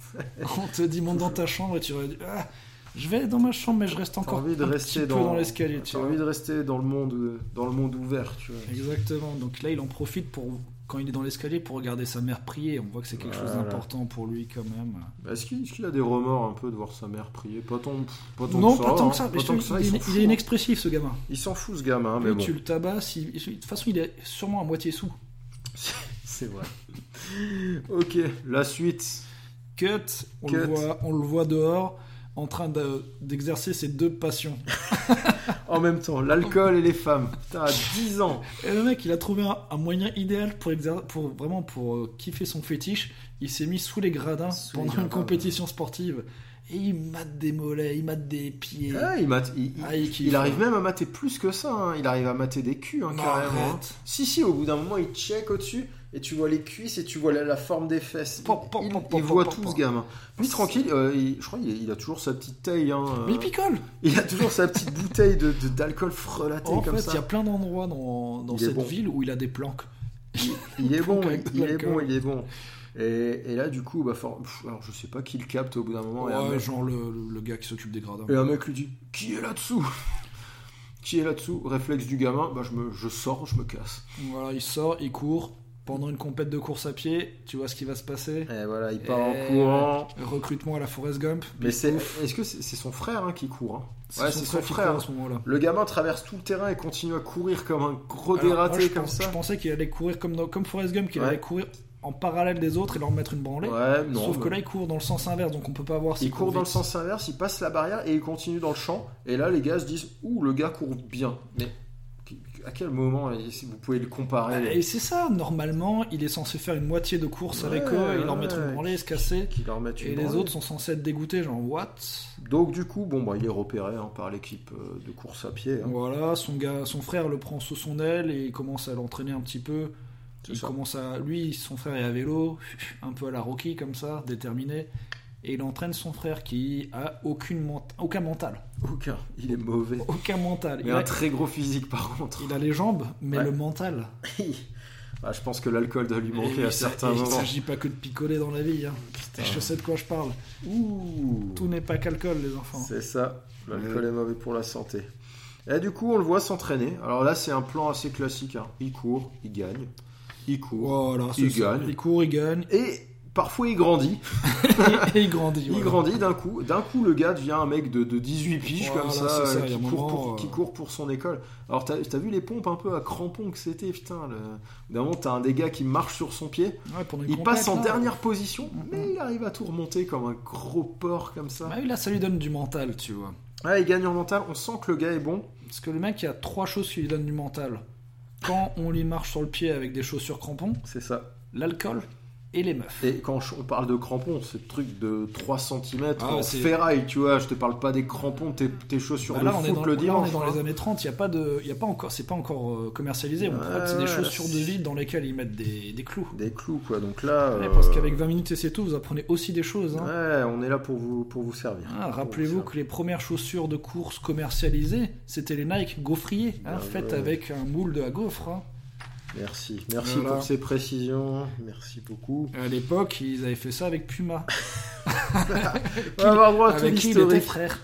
[SPEAKER 1] On te dit, monte dans ta chambre et tu vas dire, Ah, je vais dans ma chambre, mais je reste
[SPEAKER 2] T'as
[SPEAKER 1] encore
[SPEAKER 2] envie de
[SPEAKER 1] un
[SPEAKER 2] rester
[SPEAKER 1] petit
[SPEAKER 2] dans,
[SPEAKER 1] peu dans l'escalier. tu
[SPEAKER 2] t'as
[SPEAKER 1] vois.
[SPEAKER 2] envie de rester dans le monde euh, dans le monde ouvert tu vois
[SPEAKER 1] Exactement. Donc là, il en profite pour quand il est dans l'escalier pour regarder sa mère prier. On voit que c'est quelque chose
[SPEAKER 2] Voilà.
[SPEAKER 1] d'important pour lui quand même.
[SPEAKER 2] Bah, Est-ce qu'il est-ce qu'il a des remords un peu de voir sa mère prier Pas tant, pff, pas tant
[SPEAKER 1] non,
[SPEAKER 2] que ça.
[SPEAKER 1] pas tant
[SPEAKER 2] hein.
[SPEAKER 1] que ça. mais
[SPEAKER 2] Pas
[SPEAKER 1] je
[SPEAKER 2] tant
[SPEAKER 1] te
[SPEAKER 2] que
[SPEAKER 1] dis,
[SPEAKER 2] ça,
[SPEAKER 1] il,
[SPEAKER 2] il
[SPEAKER 1] est-
[SPEAKER 2] s'en
[SPEAKER 1] il
[SPEAKER 2] fout. hein.
[SPEAKER 1] est inexpressif ce gamin.
[SPEAKER 2] Il s'en fout ce gamin, mais
[SPEAKER 1] Plus
[SPEAKER 2] bon.
[SPEAKER 1] tu le tabasses, il- il- de toute façon, il est sûrement à moitié sous.
[SPEAKER 2] C'est vrai. [laughs] ok, la suite.
[SPEAKER 1] Cut, on,
[SPEAKER 2] Cut.
[SPEAKER 1] Le, voit, on le voit dehors en train de- d'exercer ses deux passions.
[SPEAKER 2] En même temps, l'alcool et les femmes. Putain, à 10 ans.
[SPEAKER 1] Et le mec, il a trouvé un, un moyen idéal pour, exer- pour vraiment pour euh, kiffer son fétiche. Il s'est mis sous les gradins
[SPEAKER 2] Sous les
[SPEAKER 1] pendant une
[SPEAKER 2] gradins,
[SPEAKER 1] compétition sportive. Et il mate des mollets, il mate des pieds.
[SPEAKER 2] Ah, il, mate- il, il-
[SPEAKER 1] Ah, il kiffe,
[SPEAKER 2] il arrive
[SPEAKER 1] hein.
[SPEAKER 2] même à mater plus que ça. hein. Il arrive à mater des culs, hein,
[SPEAKER 1] Non,
[SPEAKER 2] carrément. hein.
[SPEAKER 1] arrête.
[SPEAKER 2] Si, si, au bout d'un moment, il check au-dessus et tu vois les cuisses et tu vois la, la forme des fesses.
[SPEAKER 1] Pom, pom,
[SPEAKER 2] il
[SPEAKER 1] pom,
[SPEAKER 2] il
[SPEAKER 1] pom,
[SPEAKER 2] voit
[SPEAKER 1] pom,
[SPEAKER 2] tout
[SPEAKER 1] pom.
[SPEAKER 2] ce gamin. Lui, tranquille, euh, il- je crois qu'il il a toujours sa petite taille. hein,
[SPEAKER 1] Mais
[SPEAKER 2] euh.
[SPEAKER 1] il picole
[SPEAKER 2] Il a toujours sa petite bouteille de, de- d'alcool frelatée
[SPEAKER 1] En
[SPEAKER 2] comme
[SPEAKER 1] fait, il y a
[SPEAKER 2] ça.
[SPEAKER 1] plein d'endroits dans, dans
[SPEAKER 2] Il est
[SPEAKER 1] cette
[SPEAKER 2] bon.
[SPEAKER 1] ville où il a des planques.
[SPEAKER 2] Il est bon,
[SPEAKER 1] plein
[SPEAKER 2] il,
[SPEAKER 1] de
[SPEAKER 2] il est
[SPEAKER 1] l'alcool.
[SPEAKER 2] bon, il est bon. Et, et là, du coup, bah, for- pff, alors, je sais pas qui le capte au bout d'un moment. et, un
[SPEAKER 1] Ouais,
[SPEAKER 2] mec,
[SPEAKER 1] genre le, le- le gars qui s'occupe des gradins.
[SPEAKER 2] et un mec lui dit Qui est là-dessous Qui est là-dessous Réflexe du gamin bah, je, me, je sors, je me casse.
[SPEAKER 1] Voilà, il sort, il court. Pendant une compète de course à pied, tu vois ce qui va se passer
[SPEAKER 2] Et voilà, il
[SPEAKER 1] Et
[SPEAKER 2] part en courant.
[SPEAKER 1] Recrutement à la Forest Gump.
[SPEAKER 2] Mais c'est, est-ce que c'est, c'est son frère hein, qui court hein Ouais, c'est son
[SPEAKER 1] qui
[SPEAKER 2] frère.
[SPEAKER 1] court à ce moment-là.
[SPEAKER 2] Le gamin traverse tout le terrain et continue à courir comme un gros
[SPEAKER 1] Alors, moi,
[SPEAKER 2] dératé
[SPEAKER 1] je
[SPEAKER 2] comme
[SPEAKER 1] pense-
[SPEAKER 2] ça.
[SPEAKER 1] Je pensais qu'il allait courir comme, dans- comme Forrest Gump, qu'il
[SPEAKER 2] Ouais.
[SPEAKER 1] allait courir en parallèle des autres et leur mettre une branlée.
[SPEAKER 2] Ouais, non.
[SPEAKER 1] Sauf
[SPEAKER 2] bah,
[SPEAKER 1] que là, il court dans le sens inverse, donc on peut pas voir s'il
[SPEAKER 2] Il court dans le
[SPEAKER 1] vite.
[SPEAKER 2] sens inverse, il passe la barrière et il continue dans le champ. Et là, les gars se disent Ouh, le gars court bien. Mais à quel moment eh, si vous pouvez le comparer
[SPEAKER 1] Et c'est ça, normalement, il est censé faire une moitié de course avec
[SPEAKER 2] Ouais,
[SPEAKER 1] eux et leur
[SPEAKER 2] ouais.
[SPEAKER 1] mettre une branlée, se casser.
[SPEAKER 2] Qu'il leur mette une
[SPEAKER 1] Et les
[SPEAKER 2] branlée.
[SPEAKER 1] autres sont censés être dégoûtés, genre what
[SPEAKER 2] Donc, du coup, bon, bah, il est repéré hein, par l'équipe euh, de course à pied. hein.
[SPEAKER 1] Voilà, son, gars, son frère le prend sous son aile et il commence à l'entraîner un petit peu.
[SPEAKER 2] C'est
[SPEAKER 1] Il
[SPEAKER 2] ça.
[SPEAKER 1] commence à. Lui, son frère est à vélo, [laughs] un peu à la Rocky comme ça, déterminé. Et il entraîne son frère qui a aucune ment- aucun mental.
[SPEAKER 2] Aucun. Il est mauvais.
[SPEAKER 1] Aucun mental.
[SPEAKER 2] Mais
[SPEAKER 1] Il
[SPEAKER 2] un
[SPEAKER 1] a,
[SPEAKER 2] très gros physique par contre.
[SPEAKER 1] il a les jambes, mais
[SPEAKER 2] Ouais.
[SPEAKER 1] le mental.
[SPEAKER 2] Ah, je pense que l'alcool doit lui
[SPEAKER 1] Et
[SPEAKER 2] manquer
[SPEAKER 1] oui,
[SPEAKER 2] à
[SPEAKER 1] ça-
[SPEAKER 2] certains
[SPEAKER 1] et Il ne
[SPEAKER 2] moments.
[SPEAKER 1] s'agit pas que de picoler dans la vie. hein.
[SPEAKER 2] Putain.
[SPEAKER 1] Je sais de quoi je parle.
[SPEAKER 2] Ouh.
[SPEAKER 1] Tout n'est pas qu'alcool, les enfants.
[SPEAKER 2] C'est ça, l'alcool est mauvais pour la santé. Et du coup, on le voit s'entraîner. Alors là, c'est un plan assez classique. hein. Il court, il gagne, il court,
[SPEAKER 1] Voilà,
[SPEAKER 2] Il
[SPEAKER 1] c'est ça.
[SPEAKER 2] gagne.
[SPEAKER 1] Il court, il gagne, [laughs]
[SPEAKER 2] et parfois il grandit.
[SPEAKER 1] et il grandit.
[SPEAKER 2] Il
[SPEAKER 1] voilà.
[SPEAKER 2] grandit d'un coup. D'un coup, le gars devient un mec de, de 18 piges
[SPEAKER 1] Voilà,
[SPEAKER 2] comme ça,
[SPEAKER 1] c'est ça,
[SPEAKER 2] euh,
[SPEAKER 1] il y a
[SPEAKER 2] qui,
[SPEAKER 1] un
[SPEAKER 2] court
[SPEAKER 1] moment,
[SPEAKER 2] pour,
[SPEAKER 1] euh,
[SPEAKER 2] qui court pour son école. Alors, t'as as vu les pompes un peu à crampons que c'était, putain. Le... D'un moment, t'as un des gars qui marche sur son pied.
[SPEAKER 1] Ouais, pendant une
[SPEAKER 2] Il passe
[SPEAKER 1] contact,
[SPEAKER 2] en
[SPEAKER 1] là.
[SPEAKER 2] dernière position,
[SPEAKER 1] Mhm.
[SPEAKER 2] mais il arrive à tout remonter comme un gros porc comme ça.
[SPEAKER 1] Ouais, Ah là, ça lui donne du mental, tu vois.
[SPEAKER 2] Ouais, il gagne en mental. On sent que le gars est bon.
[SPEAKER 1] Parce que le mec, il y a trois choses qui lui donnent du mental. Quand on lui marche sur le pied avec des chaussures crampons,
[SPEAKER 2] C'est ça.
[SPEAKER 1] l'alcool et les meufs.
[SPEAKER 2] Et quand je- on parle de crampons, c'est le truc de 3 cm
[SPEAKER 1] Ah,
[SPEAKER 2] en
[SPEAKER 1] c'est-
[SPEAKER 2] ferraille, tu vois. Je te parle pas des crampons, de tes, tes chaussures
[SPEAKER 1] Bah
[SPEAKER 2] de
[SPEAKER 1] là, on est
[SPEAKER 2] foot
[SPEAKER 1] dans,
[SPEAKER 2] le
[SPEAKER 1] là,
[SPEAKER 2] dimanche.
[SPEAKER 1] on est dans
[SPEAKER 2] hein.
[SPEAKER 1] les années 30, il y a pas de, il y a pas encore, c'est pas encore euh, commercialisé. On
[SPEAKER 2] Ouais,
[SPEAKER 1] pourrait- c'est des
[SPEAKER 2] ouais,
[SPEAKER 1] chaussures de
[SPEAKER 2] c'est-
[SPEAKER 1] ville dans lesquelles ils mettent des, des clous.
[SPEAKER 2] Des clous, quoi. Donc là.
[SPEAKER 1] Ouais,
[SPEAKER 2] euh,
[SPEAKER 1] parce qu'avec 20 minutes et c'est tout, vous apprenez aussi des choses. hein.
[SPEAKER 2] Ouais, on est là pour vous, pour vous servir.
[SPEAKER 1] Ah,
[SPEAKER 2] Pour
[SPEAKER 1] Rappelez-vous
[SPEAKER 2] vous
[SPEAKER 1] que les premières chaussures de course commercialisées, c'était les Nike gaufriers, hein,
[SPEAKER 2] Bien
[SPEAKER 1] faites
[SPEAKER 2] joué.
[SPEAKER 1] avec un moule de la gaufre. hein.
[SPEAKER 2] servir. Merci. Merci
[SPEAKER 1] Voilà.
[SPEAKER 2] pour ces précisions. Merci beaucoup.
[SPEAKER 1] À l'époque, ils avaient fait ça avec Puma,
[SPEAKER 2] On va avoir droit à tout
[SPEAKER 1] avec qui ils étaient
[SPEAKER 2] l'historique.
[SPEAKER 1] frères.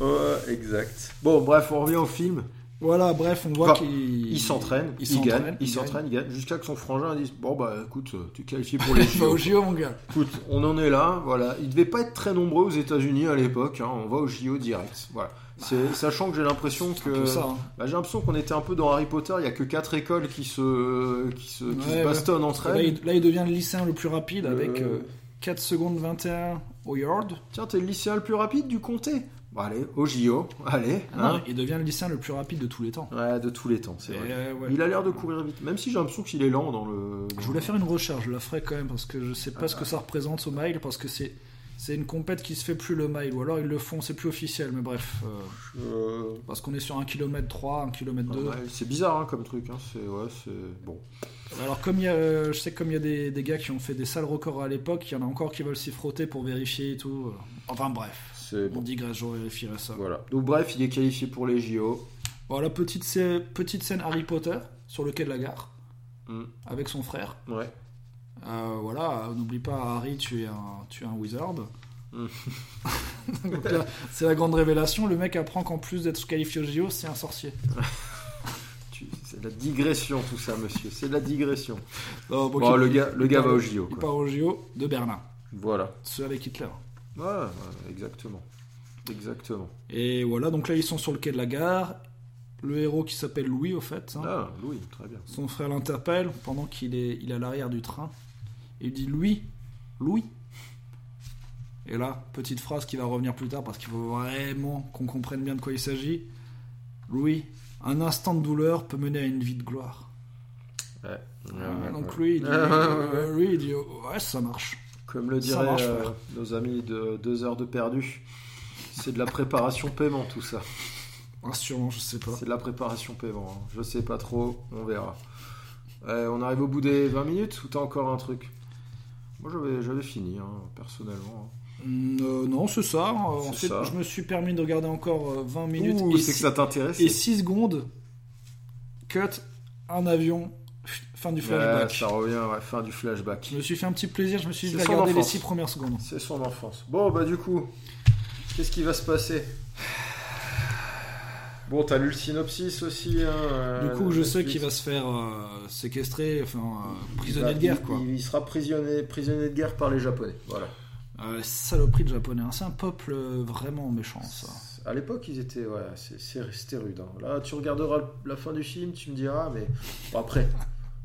[SPEAKER 2] Ouais, exact. Bon, bref, on revient au film.
[SPEAKER 1] Voilà, bref, on voit
[SPEAKER 2] Enfin,
[SPEAKER 1] qu'il
[SPEAKER 2] Il s'entraîne,
[SPEAKER 1] il
[SPEAKER 2] il,
[SPEAKER 1] s'entraîne,
[SPEAKER 2] gagne,
[SPEAKER 1] il
[SPEAKER 2] il
[SPEAKER 1] gagne.
[SPEAKER 2] s'entraîne, il gagne. Jusqu'à que son frangin dise Bon, bah écoute, euh, tu es qualifié
[SPEAKER 1] [laughs]
[SPEAKER 2] pour les
[SPEAKER 1] Il va
[SPEAKER 2] JO.
[SPEAKER 1] Bah, au JO, mon gars.
[SPEAKER 2] Écoute, on en est là, voilà. Il devait pas être très nombreux aux États-Unis à l'époque. hein. On va au JO direct, voilà. C'est- Sachant que j'ai l'impression
[SPEAKER 1] C'est un
[SPEAKER 2] que
[SPEAKER 1] peu ça. hein.
[SPEAKER 2] bah, j'ai l'impression qu'on était un peu dans Harry Potter. Il y a que quatre écoles qui se qui se, qui se
[SPEAKER 1] Ouais, ouais.
[SPEAKER 2] bastonnent entre
[SPEAKER 1] Là
[SPEAKER 2] elles.
[SPEAKER 1] il, là, il devient le lycéen le plus rapide
[SPEAKER 2] Euh,
[SPEAKER 1] avec euh, 4 secondes 21 au yard.
[SPEAKER 2] Tiens, t'es le lycéen le plus rapide du comté. Bah, allez, au JO, allez.
[SPEAKER 1] Ah non,
[SPEAKER 2] hein.
[SPEAKER 1] il devient le lycéen le plus rapide de tous les temps.
[SPEAKER 2] Ouais, de tous les temps, c'est
[SPEAKER 1] Et,
[SPEAKER 2] vrai.
[SPEAKER 1] euh, ouais.
[SPEAKER 2] Il a l'air de courir vite, même si j'ai l'impression qu'il est lent dans le.
[SPEAKER 1] Je voulais faire une recherche, je la ferai quand même parce que je sais pas ce que ça représente au mile parce que c'est c'est une compète qui se fait plus le mile ou alors ils le font, c'est plus officiel. Mais bref, euh,
[SPEAKER 2] Euh,
[SPEAKER 1] parce qu'on est sur 1 km 3, 1 km 2.
[SPEAKER 2] ouais, c'est bizarre hein, comme truc. hein. C'est ouais, c'est bon.
[SPEAKER 1] Alors comme il y a, euh, je sais que comme il y a des, des gars qui ont fait des sales records à l'époque, il y en a encore qui veulent s'y frotter pour vérifier et tout. euh. Enfin bref,
[SPEAKER 2] C'est
[SPEAKER 1] on
[SPEAKER 2] bon.
[SPEAKER 1] digresse, je vérifierai ça.
[SPEAKER 2] Voilà. Donc bref, il est qualifié pour les JO.
[SPEAKER 1] Voilà, petite, scè- petite scène Harry Potter sur le quai de la gare
[SPEAKER 2] Hmm.
[SPEAKER 1] avec son frère.
[SPEAKER 2] Ouais.
[SPEAKER 1] Euh, voilà, euh, n'oublie pas, Harry, tu es un, tu es un wizard.
[SPEAKER 2] Mm.
[SPEAKER 1] [laughs] Donc là, c'est la grande révélation. Le mec apprend qu'en plus d'être qualifié au JO, c'est un sorcier.
[SPEAKER 2] Tu- C'est de la digression tout ça, monsieur. C'est de la digression.
[SPEAKER 1] Oh, bon,
[SPEAKER 2] Bon,
[SPEAKER 1] il-
[SPEAKER 2] le gars, le gars
[SPEAKER 1] part-
[SPEAKER 2] va au JO.
[SPEAKER 1] Il
[SPEAKER 2] quoi.
[SPEAKER 1] part au JO de Berlin,
[SPEAKER 2] Voilà.
[SPEAKER 1] ceux avec Hitler.
[SPEAKER 2] Ouais, ouais, exactement. Exactement.
[SPEAKER 1] Et voilà, donc là, ils sont sur le quai de la gare. Le héros qui s'appelle Louis, au fait. hein.
[SPEAKER 2] Ah, Louis, très bien.
[SPEAKER 1] Son frère l'interpelle pendant qu'il est, il est à l'arrière du train. Et il dit Louis, Louis. Et là, petite phrase qui va revenir plus tard parce qu'il faut vraiment qu'on comprenne bien de quoi il s'agit. Louis, un instant de douleur peut mener à une vie de gloire. Ah, Donc lui, il dit,
[SPEAKER 2] Ah, Ouais, ouais, ouais.
[SPEAKER 1] euh, lui, il dit ouais, ça marche.
[SPEAKER 2] Comme le
[SPEAKER 1] ça
[SPEAKER 2] diraient
[SPEAKER 1] marche,
[SPEAKER 2] euh,
[SPEAKER 1] frère.
[SPEAKER 2] nos amis de deux heures de perdu, c'est de la préparation paiement tout ça.
[SPEAKER 1] Ah, sûrement, je sais pas.
[SPEAKER 2] C'est de la préparation paiement. hein. Je sais pas trop, on verra. Euh, on arrive au bout des 20 minutes ou t'as encore un truc Moi j'avais, j'avais fini, hein, personnellement. hein.
[SPEAKER 1] Mm, euh, non, c'est ça. Euh,
[SPEAKER 2] C'est
[SPEAKER 1] ensuite,
[SPEAKER 2] ça.
[SPEAKER 1] je me suis permis de regarder encore euh, 20 minutes.
[SPEAKER 2] Ouh,
[SPEAKER 1] et
[SPEAKER 2] c'est que
[SPEAKER 1] six-
[SPEAKER 2] ça t'intéresse
[SPEAKER 1] et 6 secondes. Cut, un avion. Fin du flashback.
[SPEAKER 2] Ouais, ça revient, ouais, fin du flashback.
[SPEAKER 1] Je me suis fait un petit plaisir, je me suis dit, je vais
[SPEAKER 2] C'est son
[SPEAKER 1] regarder les
[SPEAKER 2] enfance.
[SPEAKER 1] 6 premières secondes.
[SPEAKER 2] C'est son enfance. Bon, bah du coup, qu'est-ce qui va se passer Bon, t'as lu le synopsis aussi. hein,
[SPEAKER 1] Du
[SPEAKER 2] euh,
[SPEAKER 1] coup, je
[SPEAKER 2] la
[SPEAKER 1] sais
[SPEAKER 2] suite.
[SPEAKER 1] qu'il va se faire euh, séquestrer, enfin, euh,
[SPEAKER 2] Il va-
[SPEAKER 1] prisonnier de guerre,
[SPEAKER 2] il-
[SPEAKER 1] quoi.
[SPEAKER 2] Il, sera prisonnier, prisonnier de guerre par les Japonais. Voilà.
[SPEAKER 1] Euh, saloperie de japonais, hein. c'est un peuple euh, vraiment méchant, ça.
[SPEAKER 2] À l'époque, ils étaient. Ouais, c'est- c'est- c'était rude. hein. Là, tu regarderas le- la fin du film, tu me diras, mais
[SPEAKER 1] [laughs]
[SPEAKER 2] bon, après.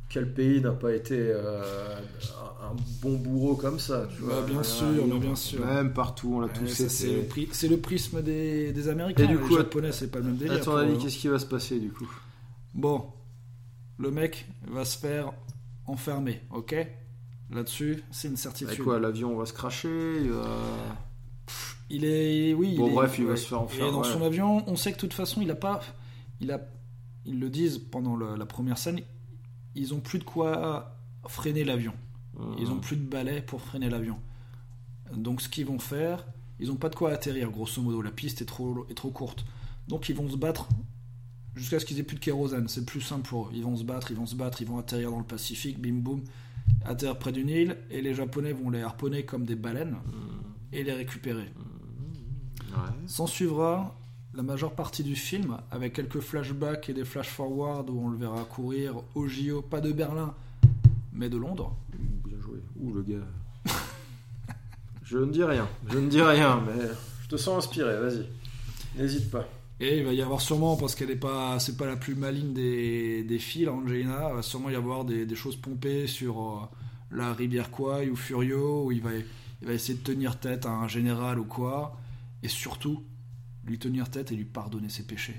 [SPEAKER 2] Quel pays n'a pas été euh, un un bon bourreau comme ça tu
[SPEAKER 1] Bah,
[SPEAKER 2] vois Euh,
[SPEAKER 1] bien
[SPEAKER 2] Ouais,
[SPEAKER 1] sûr,
[SPEAKER 2] ouais,
[SPEAKER 1] mais bien sûr.
[SPEAKER 2] Même partout, on l'a
[SPEAKER 1] Ouais,
[SPEAKER 2] tous
[SPEAKER 1] ça, c'est le,
[SPEAKER 2] été.
[SPEAKER 1] pri- c'est le prisme des, des Américains.
[SPEAKER 2] Et du
[SPEAKER 1] les
[SPEAKER 2] coup,
[SPEAKER 1] japonais, c'est pas le même délire.
[SPEAKER 2] À ton
[SPEAKER 1] pour
[SPEAKER 2] avis,
[SPEAKER 1] eux. hein.
[SPEAKER 2] qu'est-ce qui va se passer du coup
[SPEAKER 1] Bon, le mec va se faire enfermer, ok Là-dessus, c'est une
[SPEAKER 2] Et
[SPEAKER 1] certitude.
[SPEAKER 2] Bah, quoi, l'avion va se cracher il va-
[SPEAKER 1] Il est, oui.
[SPEAKER 2] Bon,
[SPEAKER 1] il est-
[SPEAKER 2] bref, il va
[SPEAKER 1] ouais.
[SPEAKER 2] se faire enfermer,
[SPEAKER 1] Et dans
[SPEAKER 2] ouais.
[SPEAKER 1] son avion, on sait que de toute façon, il a pas, il a, ils le disent pendant le- la première scène, ils ont plus de quoi freiner l'avion. Ils ont
[SPEAKER 2] Mmh.
[SPEAKER 1] plus de balais pour freiner l'avion. Donc ce qu'ils vont faire, ils ont pas de quoi atterrir, grosso modo. La piste est trop, est trop courte. Donc ils vont se battre jusqu'à ce qu'ils aient plus de kérosène. C'est plus simple pour eux. Ils vont se battre, ils vont se battre, ils vont atterrir dans le Pacifique, bim boum, atterrir près d'une île, et les Japonais vont les harponner comme des baleines
[SPEAKER 2] Mmh.
[SPEAKER 1] et les récupérer.
[SPEAKER 2] Ouais.
[SPEAKER 1] S'en suivra la majeure partie du film avec quelques flashbacks et des flash-forwards où on le verra courir au JO, pas de Berlin, mais de Londres.
[SPEAKER 2] Bien joué. Ouh, le gars. [laughs] je ne dis rien. Je ne dis rien, mais je te sens inspiré. Vas-y. N'hésite pas.
[SPEAKER 1] Et il va y avoir sûrement, parce qu'elle n'est pas, c'est pas la plus maligne des, des filles, Angelina, il va sûrement y avoir des, des choses pompées sur euh, la rivière Kwai ou Furio, où il va, il va essayer de tenir tête à un général ou quoi, et surtout, lui tenir tête et lui pardonner ses péchés.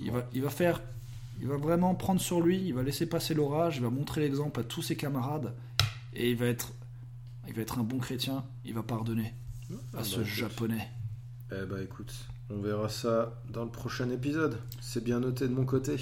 [SPEAKER 1] Il va, il va faire, il va vraiment prendre sur lui, il va laisser passer l'orage, il va montrer l'exemple à tous ses camarades, et il va être, il va être un bon chrétien, il va pardonner à
[SPEAKER 2] Ah,
[SPEAKER 1] ce
[SPEAKER 2] bah, écoute.
[SPEAKER 1] japonais.
[SPEAKER 2] Eh bah écoute, on verra ça dans le prochain épisode. C'est bien noté de
[SPEAKER 1] [laughs]
[SPEAKER 2] mon côté.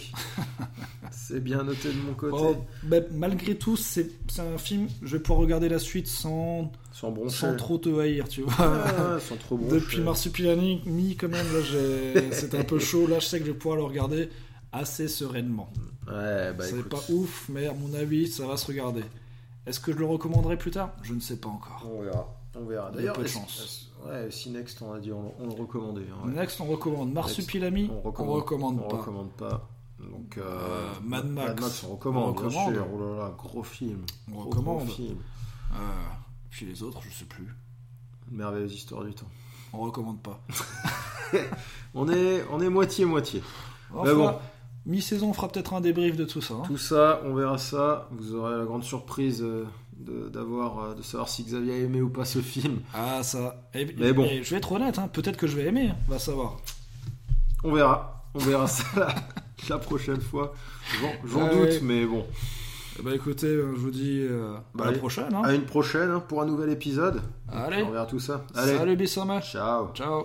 [SPEAKER 2] C'est bien noté de mon côté.
[SPEAKER 1] Oh, ben, malgré tout, c'est c'est un film, je vais pouvoir regarder la suite sans,
[SPEAKER 2] Sans broncher.
[SPEAKER 1] sans trop te haïr, tu vois.
[SPEAKER 2] Ah, sans trop broncher.
[SPEAKER 1] [laughs] Depuis Marsupilami, mi quand même, là, j'ai- c'était un peu chaud. Là, je sais que je vais pouvoir le regarder assez sereinement.
[SPEAKER 2] Ouais, bah
[SPEAKER 1] c'est
[SPEAKER 2] écoute.
[SPEAKER 1] pas ouf, mais à mon avis, ça va se regarder. Est-ce que je le recommanderai plus tard Je ne sais pas encore.
[SPEAKER 2] On verra. Ah. On verra.
[SPEAKER 1] Il y a
[SPEAKER 2] D'ailleurs,
[SPEAKER 1] peu de
[SPEAKER 2] est-ce-
[SPEAKER 1] chance.
[SPEAKER 2] est-ce- Ouais, si Next, on a dit, on, on le recommandait. hein, ouais.
[SPEAKER 1] Next, on recommande. Marsupilami, on recommande,
[SPEAKER 2] on
[SPEAKER 1] pas.
[SPEAKER 2] recommande pas. Donc, euh,
[SPEAKER 1] Euh, Mad Max.
[SPEAKER 2] on recommande.
[SPEAKER 1] On
[SPEAKER 2] bien
[SPEAKER 1] recommande.
[SPEAKER 2] sûr. Oh là là, gros film.
[SPEAKER 1] On
[SPEAKER 2] Gros,
[SPEAKER 1] recommande.
[SPEAKER 2] gros film.
[SPEAKER 1] Euh, puis les autres, je sais plus.
[SPEAKER 2] Merveilleuse histoire du temps.
[SPEAKER 1] On recommande pas.
[SPEAKER 2] On est, on est moitié-moitié.
[SPEAKER 1] Enfin,
[SPEAKER 2] bon.
[SPEAKER 1] mi-saison, on fera peut-être un débrief de tout ça. hein.
[SPEAKER 2] Tout ça, on verra ça. Vous aurez la grande surprise euh, de, d'avoir, euh, de savoir si Xavier a aimé ou pas ce film.
[SPEAKER 1] Ah ça. Et-
[SPEAKER 2] Mais bon.
[SPEAKER 1] et je vais être honnête, hein, peut-être que je vais aimer, hein, va savoir.
[SPEAKER 2] On verra. On verra ça [laughs] la, la prochaine fois. J'en, j'en
[SPEAKER 1] Ouais,
[SPEAKER 2] doute,
[SPEAKER 1] ouais.
[SPEAKER 2] mais bon.
[SPEAKER 1] Bah écoutez, euh, je vous dis euh, à
[SPEAKER 2] Bah,
[SPEAKER 1] la
[SPEAKER 2] allez.
[SPEAKER 1] prochaine. hein.
[SPEAKER 2] À une prochaine hein, pour un nouvel épisode.
[SPEAKER 1] Allez.
[SPEAKER 2] On verra tout ça. Allez,
[SPEAKER 1] Salut Bissama.
[SPEAKER 2] ciao.
[SPEAKER 1] Ciao.